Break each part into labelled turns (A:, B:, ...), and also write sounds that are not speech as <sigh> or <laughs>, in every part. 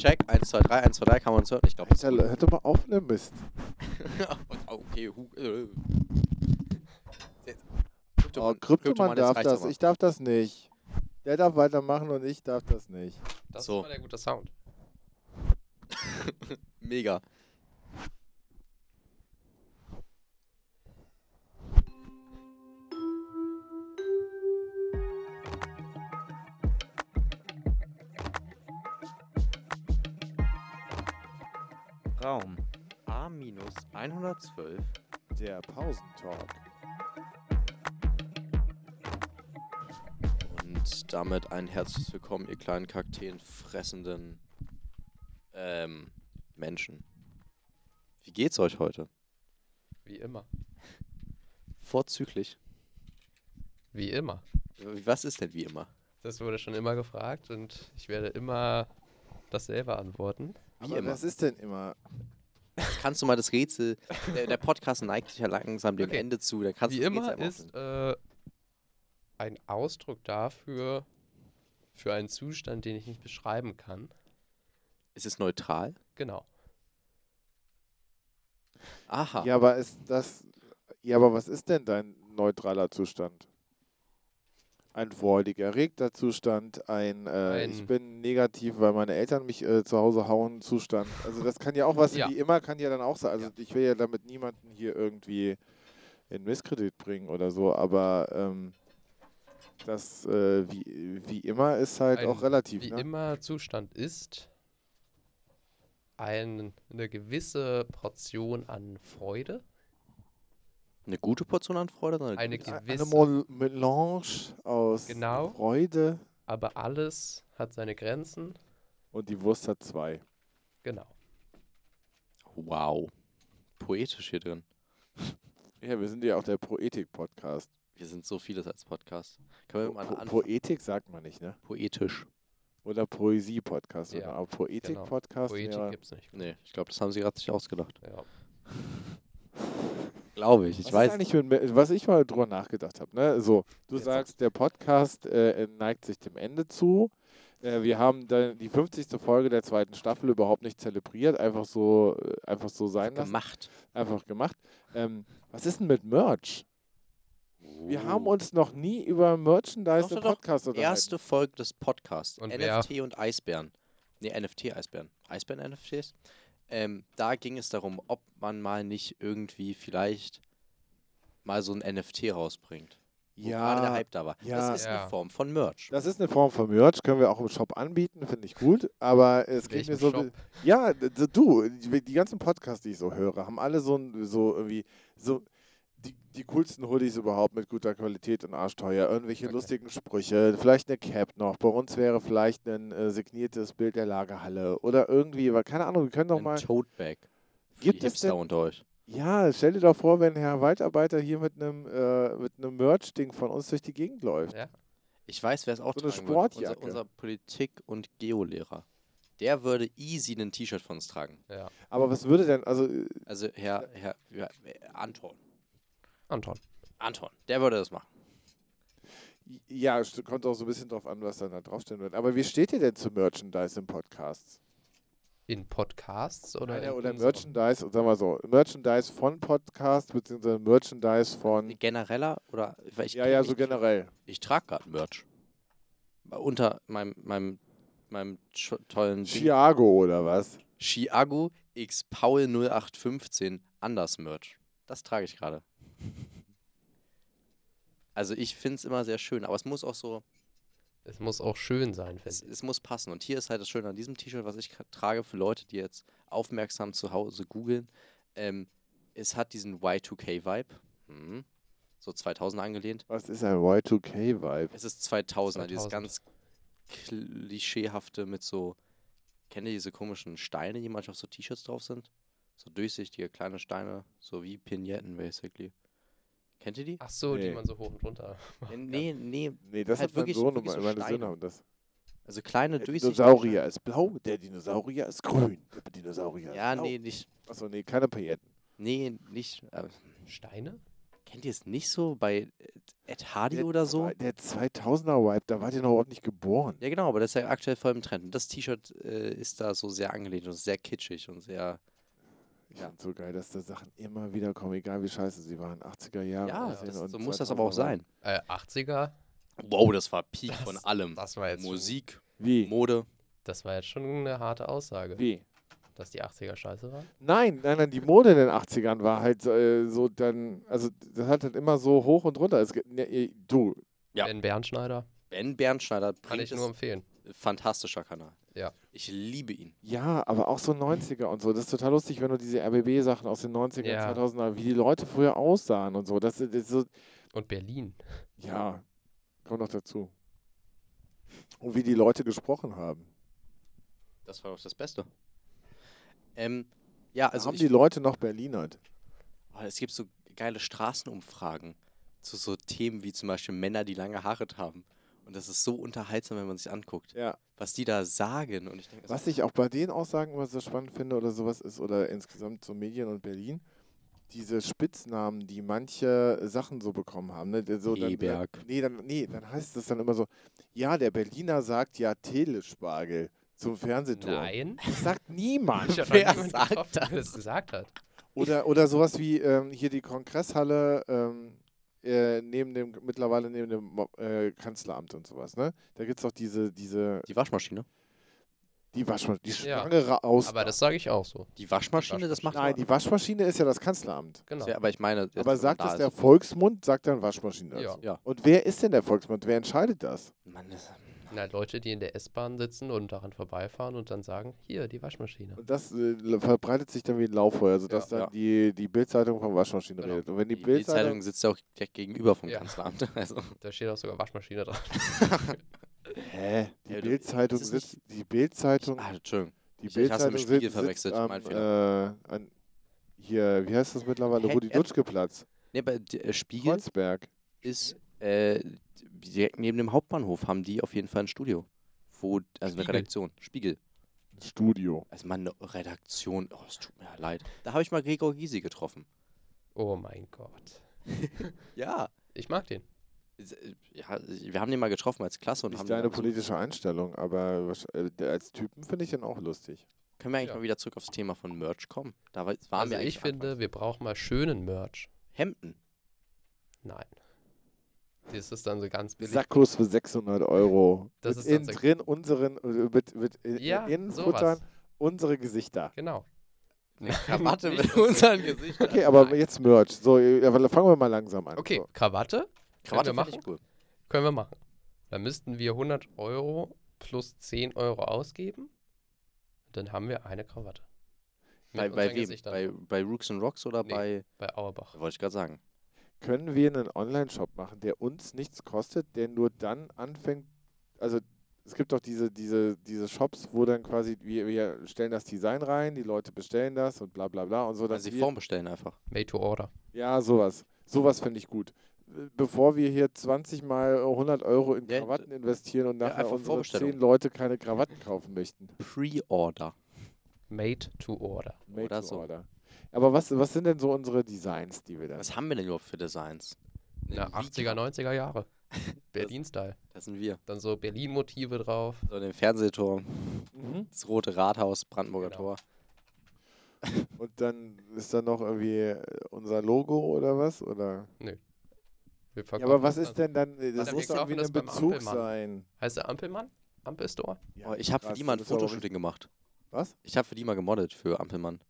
A: Check, 1, 2, 3, 1, 2, 3, kann man uns hören? Ich glaube, das
B: Alter, hör doch mal auf, ne Mist.
A: <laughs> okay, hu. Äh. Jetzt.
B: Oh,
A: Kryptomann-
B: Kryptomann
A: jetzt
B: darf
A: reicht's
B: das,
A: aber.
B: ich darf das nicht. Der darf weitermachen und ich darf das nicht.
C: Das
A: So.
C: ist immer der gute Sound.
A: Mega.
D: Raum,
A: A-112.
B: Der Pausentalk.
A: Und damit ein herzliches Willkommen, ihr kleinen Kakteen-fressenden ähm, Menschen. Wie geht's euch heute?
C: Wie immer.
A: Vorzüglich.
C: Wie immer.
A: Äh, Was ist denn wie immer?
C: Das wurde schon immer gefragt und ich werde immer dasselbe antworten.
B: Aber
A: immer.
B: was ist denn immer?
A: Jetzt kannst du mal das Rätsel. Der, der Podcast neigt sich ja langsam dem
C: Okay.
A: Ende zu. Dann kannst
C: Wie
A: du das
C: immer
A: Rätsel
C: ist äh, ein Ausdruck dafür, für einen Zustand, den ich nicht beschreiben kann.
A: Ist es neutral?
C: Genau. Ah.
A: Aha.
B: Ja, aber ist das. Ja, aber was ist denn dein neutraler Zustand? Ein freudig erregter Zustand, ein, äh,
C: Ein-
B: ich bin negativ, weil meine Eltern mich äh, zu Hause hauen, Zustand. Also das kann ja auch was,
C: Ja.
B: wie immer kann ja dann auch sein. Also ich will ja damit niemanden hier irgendwie in Misskredit bringen oder so, aber ähm, das äh, wie, wie immer ist halt
C: Ein
B: auch relativ.
C: Wie
B: Ne?
C: immer Zustand ist ein, eine gewisse Portion an Freude.
A: Eine gute Portion an Freude oder eine
C: Eine
A: gute?
B: Eine
C: gewisse.
B: Mol Melange aus
C: Genau.
B: Freude
C: aber alles hat seine Grenzen.
B: und die Wurst hat zwei.
C: Genau.
A: Wow. Poetisch hier drin.
B: Ja, wir sind ja auch der Poetik-Podcast.
A: Wir sind so vieles als Podcast. Können wir mal
B: Po
A: anfangen?
B: Poetik sagt man nicht, ne?
A: Poetisch.
B: Oder Poesie-Podcast. oder?
C: Ja, genau.
B: Aber Poetik-Podcast
C: Poetik
B: wäre...
C: gibt's nicht.
A: Nee, ich glaube, das haben sie gerade sich ausgedacht.
C: Ja.
A: Glaube ich, ich
B: was
A: weiß.
B: Ist eigentlich mit, mit- was ich mal drüber nachgedacht habe, ne? So, du
C: Jetzt
B: sagst, der Podcast äh, neigt sich dem Ende zu. Äh, wir haben dann die 50. Folge der zweiten Staffel überhaupt nicht zelebriert, einfach so, äh, einfach so sein lassen,
A: Gemacht.
B: einfach gemacht. Ähm, was ist denn mit Merch? Wir haben uns noch nie über Merchandise
A: Doch, Oh.
B: im
A: doch, doch.
B: Podcast unterhalten.
A: Erste Folge des Podcasts.
C: Und wer-
A: NFT und Eisbären. Nee, NFT-Eisbären. Eisbären-NFTs. Ähm, da ging es darum, ob man mal nicht irgendwie vielleicht mal so ein NFT rausbringt. Wo gerade der
B: ja,
A: Hype da war.
B: ja.
A: Das ist
C: Ja.
A: eine Form von Merch.
B: das ist eine Form von Merch, können wir auch im Shop anbieten, finde ich gut. Aber es geht
C: Welchem
B: mir so...
C: Shop?
B: Ja, d- d- du, die die ganzen Podcasts, die ich so höre, haben alle so, ein- so irgendwie so die, die coolsten Hoodies überhaupt mit guter Qualität und arschteuer, irgendwelche
C: Okay.
B: lustigen Sprüche, vielleicht eine Cap noch. Bei uns wäre vielleicht ein äh, signiertes Bild der Lagerhalle oder irgendwie, aber keine Ahnung, wir können doch
A: ein
B: mal.
A: Toadbag. Für
B: Gibt
A: die
B: es
A: Hipster
B: denn-
A: unter euch.
B: Ja, stell dir doch vor, wenn Herr Waldarbeiter hier mit einem äh, mit einem Merch-Ding von uns durch die Gegend läuft.
C: Ja.
A: Ich weiß, wer es auch
B: So eine
A: tragen würde.
B: Sportjacke.
A: Unser, unser Politik- und Geolehrer. Der würde easy ein T-Shirt von uns tragen.
C: ja.
B: Aber was würde denn, also äh,
A: Also Herr, Herr, ja, äh, Anton.
C: Anton.
A: Anton, der würde das machen.
B: ja, st- kommt auch so ein bisschen drauf an, was dann da draufstehen wird. Aber wie steht ihr denn zu Merchandise im Podcast?
C: In Podcasts oder
B: Nein, Ah, ja,
C: in
B: oder
C: unserem?
B: Merchandise, sagen wir mal so, Merchandise von Podcast, beziehungsweise Merchandise von.
A: Genereller oder weil ich,
B: ja, ja,
A: ich,
B: so generell.
A: ich trage gerade Merch. Bei- Unter meinem meinem meinem scho- tollen Ding.
B: Chiago oder was?
A: Chiago X Paul 0815 anders Merch. Das trage ich gerade. Also ich finde es immer sehr schön, aber es muss auch so,
C: Es muss auch schön sein,
A: es,
C: finde ich.
A: es muss passen. Und hier ist halt das Schöne an diesem T-Shirt, was ich ka- trage für Leute, die jetzt aufmerksam zu Hause googeln. Ähm, es hat diesen Y2K-Vibe, mhm. so 2000 angelehnt.
B: Was ist ein Y2K-Vibe?
A: Es ist 2000, 2000. dieses
C: 2000.
A: ganz klischeehafte mit so, kennt ihr diese komischen Steine, die manchmal auf so T-Shirts drauf sind? So durchsichtige kleine Steine, so wie Pinietten basically. Kennt ihr die?
C: Ach so, die
B: Nee.
C: man so hoch und runter.
A: Äh, nee, nee,
B: Nee, das
A: Halt
B: hat mein
A: wirklich-
B: Sohn und
A: wirklich
B: meine
A: so
B: meine
A: Steine.
B: Söhne haben das.
A: also kleine
B: Der
A: durchsichtige
B: Äh, Dinosaurier ist blau, der Dinosaurier ist grün. Der Dinosaurier
A: Steine. Ja,
B: ist blau.
A: nee, nicht,
B: Achso, nee, keine Pailletten.
A: nee, nicht, äh,
C: Steine?
A: Kennt ihr es nicht so bei äh, Ed Hardy oder so?
B: zwei- Der 2000er-Vibe, da wart ihr noch ordentlich geboren.
A: Ja, genau, aber das ist ja aktuell voll im Trend. Und das T-Shirt äh, ist da so sehr angelehnt und sehr kitschig und sehr.
B: Ich
A: Ja.
B: find's so geil, dass da Sachen immer wieder kommen, egal wie scheiße sie waren. 80er Jahre.
A: ja,
B: 90er
A: das,
B: und
A: so muss das aber auch
B: 2000er.
A: sein.
C: Äh, 80er?
A: Wow, das war Peak
C: Das-
A: von allem.
C: Das war jetzt
A: Musik,
B: Wie?
A: Mode.
C: Das war jetzt schon eine harte Aussage,
B: Wie?
C: dass die 80er scheiße waren.
B: Nein, nein, nein, die Mode in den 80ern war halt äh, so dann, also das hat halt immer so hoch und runter. Es, ge- ne, eh, du,
A: Ja.
C: Ben Bernschneider
A: Ben Bernschneider
C: kann
A: bringt
C: ich nur
A: es.
C: empfehlen.
A: Fantastischer Kanal.
C: Ja.
A: Ich liebe ihn.
B: ja, aber auch so 90er und so. Das ist total lustig, wenn du diese RBB-Sachen aus den 90er,
C: Ja.
B: 2000er, wie die Leute früher aussahen und so. Das, das ist so,
C: Und Berlin.
B: ja, kommt noch dazu. Und wie die Leute gesprochen haben.
A: Das war doch das Beste. Ähm, ja,
B: Also
A: also
B: haben
A: ich
B: die Leute noch Berlinert?
A: Oh, es gibt so geile Straßenumfragen zu so Themen wie zum Beispiel Männer, die lange Haare haben. Und das ist so unterhaltsam, wenn man sich anguckt,
B: Ja.
A: was die da sagen. Und ich denke,
B: Was ich auch bei den Aussagen immer so spannend finde oder sowas ist, oder insgesamt so Medien und Berlin, diese Spitznamen, die manche Sachen so bekommen haben. Ne? der- So, dann, dann,
A: Teeberg.
B: nee, dann, nee, dann heißt es dann immer so, ja, der Berliner sagt ja Telespargel zum Fernsehturm. <laughs>
C: Nein.
B: Das sagt niemand.
C: Ich <laughs> hab noch
A: Wer
C: niemanden
A: sagt
C: getroffen, der
A: das?
C: das gesagt hat.
B: Oder, oder sowas wie ähm, hier die Kongresshalle ähm, äh, neben dem, mittlerweile neben dem Mo- äh, Kanzleramt und sowas. Ne? Da gibt es doch diese, diese,
A: die Waschmaschine.
B: die Waschmaschine, die
C: Ja.
B: schwangere aus.
C: Aber das sage ich auch so.
A: Die Waschmaschine, das macht
B: Nein, die Waschmaschine ist ja das Kanzleramt.
C: Genau.
A: Aber ich meine, jetzt,
B: Aber
A: wenn man
B: sagt
A: da
B: es
A: ist.
B: der Volksmund, sagt dann Waschmaschine.
C: Ja.
B: dazu.
A: Ja.
B: Und wer ist denn der Volksmund? Wer entscheidet das?
A: Mann, das,
C: Na, Leute, die in der S-Bahn sitzen und daran vorbeifahren und dann sagen, hier, die Waschmaschine.
B: Und das äh, verbreitet sich dann wie ein Lauffeuer, sodass
A: Ja.
B: dann die, die Bildzeitung von Waschmaschine
C: Genau.
B: redet. Und wenn die,
A: die Bildzeitung
B: Bildzeitung.
A: sitzt ja auch direkt gegenüber vom
C: Ja.
A: Kanzleramt. <laughs> Also,
C: Da steht auch sogar Waschmaschine dran.
B: Hä? Die
A: Ja, du-
B: Bildzeitung
A: ist es nicht-
B: sitzt. Die Bildzeitung.
A: ah, Entschuldigung. ich- ich
B: Die
A: hab's
B: Bildzeitung
A: mit dem Spiegel
B: sitzt-
A: verwechselt,
B: sitzt am,
A: mein
B: äh, an, hier, wie heißt das mittlerweile?
A: Hä?
B: Rudi
A: Er-
B: Dutschke Platz.
A: Nee, aber der äh, Spiegel
B: Kreuzberg.
A: ist äh, direkt neben dem Hauptbahnhof, haben die auf jeden Fall ein Studio. Wo, also eine
C: Spiegel.
A: Redaktion. Spiegel.
B: Studio.
A: Also meine Redaktion, oh, es tut mir ja leid. Da habe ich mal Gregor Gysi getroffen.
C: Oh mein Gott.
A: Ja.
C: Ich mag den.
A: äh, ja wir haben den mal getroffen als Klasse und haben
B: Nicht
A: den
B: deine
A: dann so-
B: politische Einstellung, aber wahrsch- äh, der- als Typen finde ich den auch lustig.
A: Können wir eigentlich
C: Ja.
A: mal wieder zurück aufs Thema von Merch kommen? Da war, waren
C: Also
A: wir
C: ich
A: eigentlich
C: finde,
A: anfangs.
C: wir brauchen mal schönen Merch.
A: Hemden.
C: Nein. Das ist dann so ganz billig.
B: Sackos für 600 Euro.
C: Das
B: mit
C: ist
B: innen
C: tatsächlich-
B: drin unseren, äh, mit, mit in-
C: ja,
B: innen
C: sowas.
B: futtern unsere Gesichter.
C: Genau.
A: Eine <laughs> Krawatte
C: nicht
A: mit
C: <laughs> so.
A: unseren Gesichtern.
B: Okay, aber
C: äh, Nein.
B: jetzt Merch. So, äh, aber fangen wir mal langsam an.
C: Okay,
B: So.
C: Krawatte
A: Krawatte
C: wir
A: finde ich
C: machen?
A: cool.
C: können wir machen. Dann müssten wir 100 Euro plus 10 Euro ausgeben. Dann haben wir eine Krawatte. Mit
A: Bei, bei
C: unseren
A: wem?
C: Gesichtern.
A: Bei, bei Rooks and Rocks oder
C: Nee.
A: bei.
C: Bei Auerbach.
A: Wollte ich gerade sagen.
B: Können wir einen Online-Shop machen, der uns nichts kostet, der nur dann anfängt, also es gibt doch diese, diese, diese Shops, wo dann quasi, wir, wir stellen das Design rein, die Leute bestellen das und bla bla bla und so.
A: Kann
B: dass
A: sie
B: wir-
A: Form bestellen einfach.
C: Made to Order.
B: Ja, sowas. Sowas finde ich gut. Bevor wir hier 20 mal 100 Euro in
A: Ja,
B: Krawatten investieren und
A: ja,
B: nachher
A: einfach
B: unsere
A: Vorbestellung.
B: 10 Leute keine Krawatten kaufen möchten.
A: Pre-Order.
C: Made to Order.
B: Made
A: Oder
B: to
A: so.
B: order. Aber was, was sind denn so unsere Designs, die wir dann?
A: Was haben wir denn überhaupt für Designs? Eine Lika.
C: Na, 80er,
A: <laughs>
C: 90er Jahre. Berlin-Style.
A: Das sind wir.
C: Dann so Berlin-Motive drauf.
A: So den Fernsehturm,
B: Mhm.
A: das Rote Rathaus, Brandenburger
C: Genau.
A: Tor.
B: Und dann ist da noch irgendwie äh, unser Logo oder was? Oder?
C: Wir
B: Ja, aber
C: verkaufen
B: was
C: das
B: ist denn dann? äh, Das
C: Warte,
B: muss
C: wir
B: doch irgendwie
C: kaufen das
B: ein
C: beim
B: Bezug
C: Ampelmann.
B: sein.
C: Heißt der Ampelmann? Ampelstore?
A: Oh, ich habe für
B: krass,
A: die mal ein
B: das ist aber
A: Fotoshooting gemacht.
B: richtig- Was?
A: Ich habe für die mal gemoddelt für Ampelmann.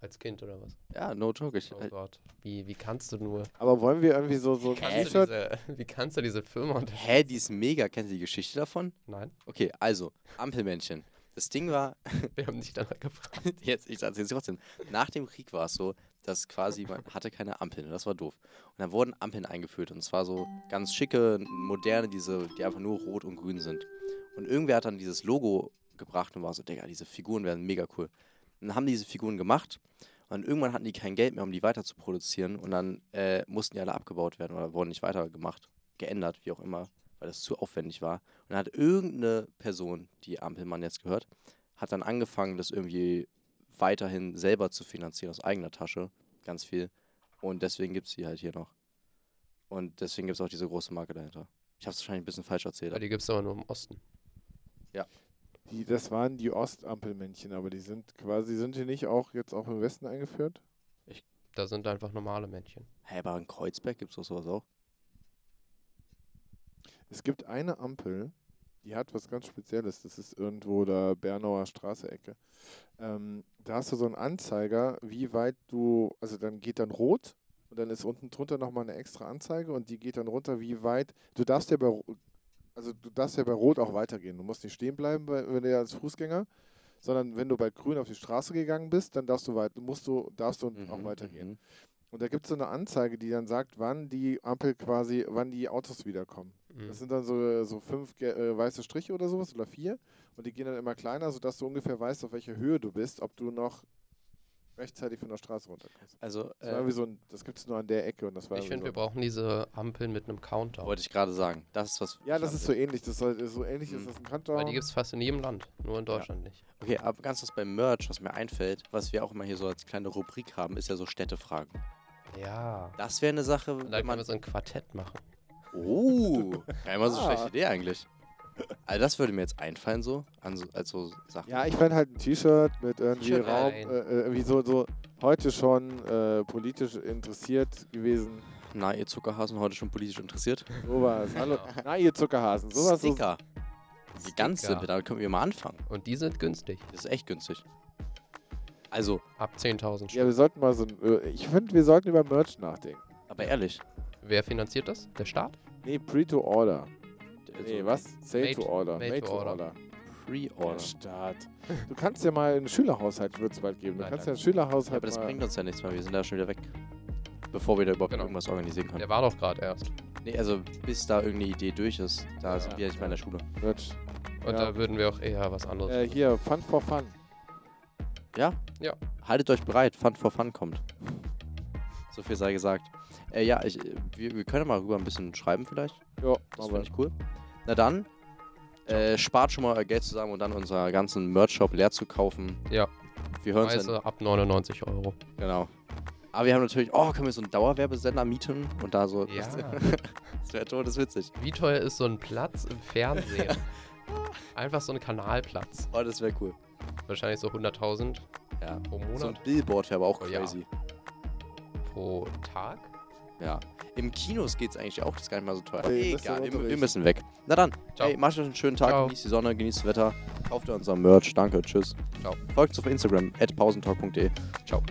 C: Als Kind oder was?
A: Ja, no joke. Ich,
C: Oh
A: äh,
C: Gott. Wie, wie kannst du nur.
B: Aber wollen wir irgendwie
A: <laughs>
B: so, so ein
C: Kannst
B: T-Shirt?
C: du diese, <laughs> wie kannst du diese Firma unter.
A: hä, die ist mega. Kennt ihr die Geschichte davon?
C: Nein, <laughs>
A: Okay, also, Ampelmännchen. Das Ding war, <laughs>
C: wir haben dich danach gefragt.
A: jetzt, ich erzähl's trotzdem. Nach dem Krieg war es so, dass quasi, man hatte keine Ampeln. und Das war doof. Und dann wurden Ampeln eingeführt. Und zwar so ganz schicke, moderne, diese, die einfach nur rot und grün sind. Und irgendwer hat dann dieses Logo gebracht und war so, Digga, diese Figuren werden mega cool. Und dann haben die diese Figuren gemacht. Und dann irgendwann hatten die kein Geld mehr, um die weiter zu produzieren. Und dann äh, mussten die alle abgebaut werden oder wurden nicht weitergemacht, geändert, wie auch immer, weil das zu aufwendig war. Und dann hat irgendeine Person, die Ampelmann jetzt gehört, hat dann angefangen, das irgendwie weiterhin selber zu finanzieren aus eigener Tasche. Ganz viel. Und deswegen gibt es die halt hier noch. Und deswegen gibt es auch diese große Marke dahinter. Ich habe es wahrscheinlich ein bisschen falsch erzählt.
C: Ja, die gibt es aber nur im Osten.
B: Die, das waren die Ostampelmännchen, aber die sind quasi, sind die nicht auch jetzt auch im Westen eingeführt?
C: Da sind einfach normale Männchen.
A: Hä, aber in Kreuzberg gibt es doch sowas auch.
B: Es gibt eine Ampel, die hat was ganz Spezielles. Das ist irgendwo der Bernauer Straße-Ecke. Ähm, da hast du so einen Anzeiger, wie weit du, also dann geht dann rot und dann ist unten drunter nochmal eine extra Anzeige und die geht dann runter, wie weit. Du darfst ja bei, Ro- also du darfst ja bei Rot auch weitergehen. Du musst nicht stehen bleiben, bei, wenn du ja als Fußgänger, sondern wenn du bei Grün auf die Straße gegangen bist, dann darfst du weit, musst du, darfst du auch
A: Mhm,
B: weitergehen.
A: mhm.
B: Und da gibt es so eine Anzeige, die dann sagt, wann die Ampel quasi, wann die Autos wiederkommen.
C: Mhm.
B: Das sind dann so, so fünf ge- äh, weiße Striche oder sowas oder vier. Und die gehen dann immer kleiner, sodass du ungefähr weißt, auf welcher Höhe du bist, ob du noch rechtzeitig von der Straße runterkommst.
A: Also,
B: Das, war
A: äh,
B: irgendwie so ein, das gibt es nur an der Ecke und das war
C: ich finde,
B: irgendwie
C: wir brauchen diese Ampeln mit einem Countdown.
A: wollte ich gerade sagen. Das ist was.
B: so. Ja, das ist so ähnlich. Das soll, so ähnlich ist
A: Mhm.
B: das ein
C: Weil die
B: Countdown.
C: gibt es fast in jedem Land, nur in Deutschland nicht.
A: Okay, aber ganz was beim Merch, was mir einfällt, was wir auch immer hier so als kleine Rubrik haben, ist ja so Städtefragen.
C: Ja.
A: Das wäre eine Sache,
C: Und
A: wenn
C: dann kann
A: man.
C: man so ein Quartett machen.
B: <laughs>
A: Oh, gar nicht mal so eine
B: Ah.
A: schlechte Idee eigentlich. Also, das würde mir jetzt einfallen, so, an so als so Sachen.
B: Ja, ich fände halt ein T-Shirt mit irgendwie
C: T-Shirt,
B: Raum, äh,
C: nein.
B: äh, irgendwie so, so heute schon äh, politisch interessiert gewesen.
A: Na, ihr Zuckerhasen heute schon politisch interessiert?
B: Sowas. Hallo.
C: Genau.
B: Na, ihr Zuckerhasen. Sowas so,
A: Sticker. Die ganz
C: Sticker.
A: simpel, damit können wir mal anfangen.
C: Und die sind günstig.
A: Das ist echt günstig. Also,
C: Ab 10.000 Stück.
B: Ja, wir sollten mal so ein. äh, Ich finde, wir sollten über Merch nachdenken.
A: aber ehrlich.
C: Wer finanziert das? Der Staat?
B: Nee, Pre-to-Order.
A: Also,
B: nee, was? Sale
C: Made-
B: to Order.
C: Made to order.
B: Order.
A: Pre-Order.
B: Start. Du kannst ja mal einen Schülerhaushalt, wird es bald geben. Du
C: Nein,
B: kannst ja einen
C: danke.
A: Ja,
B: Schülerhaushalt
A: aber das
B: mal.
A: bringt uns ja nichts mehr, wir sind da schon wieder weg. Bevor wir da überhaupt
C: Genau.
A: irgendwas organisieren können.
C: Der war doch gerade erst. Und
A: Nee, also bis da irgendeine Idee durch ist, da
B: Ja.
A: sind wir nicht mehr in der Schule.
B: Merch. Ja.
C: da würden wir auch eher was anderes.
B: Äh, hier, Fun for Fun.
A: Ja?
C: Ja.
A: Haltet euch bereit, Fun for Fun kommt. So viel sei gesagt. Äh, ja, ich, äh, wir, wir können mal rüber ein bisschen schreiben vielleicht. Das
B: Ja, machen wir.
A: finde ich cool. Na dann, äh, spart schon mal euer Geld zusammen und dann unseren ganzen Merch-Shop leer zu kaufen.
C: Ja.
A: Wir hören uns dann.
C: Preise ab 99 Euro.
A: Genau. Aber wir haben natürlich, oh, können wir so einen Dauerwerbesender mieten und da so.
C: Ja.
A: <laughs> Das wäre todeswitzig.
C: Wie teuer ist so ein Platz im Fernsehen? Einfach so ein Kanalplatz.
A: Oh, das wäre cool.
C: Wahrscheinlich so 100.000
A: Ja.
C: pro
A: So ein
C: Monat,
A: Billboard wäre aber auch
C: Oh ja.
A: crazy.
C: pro Tag.
A: Ja. Im Kinos geht's eigentlich auch, das ist gar nicht mal so teuer.
B: Ey, das ist
A: Egal,
B: aber
A: wir, wir
B: unterwegs.
A: müssen weg. Na dann,
C: Ciao.
A: hey, macht euch einen schönen Tag,
C: Ciao.
A: genießt die Sonne, genießt das Wetter, kauft unseren Merch, danke, tschüss.
C: Ciao.
A: Folgt uns auf Instagram, at pausentalk.de.
C: Ciao.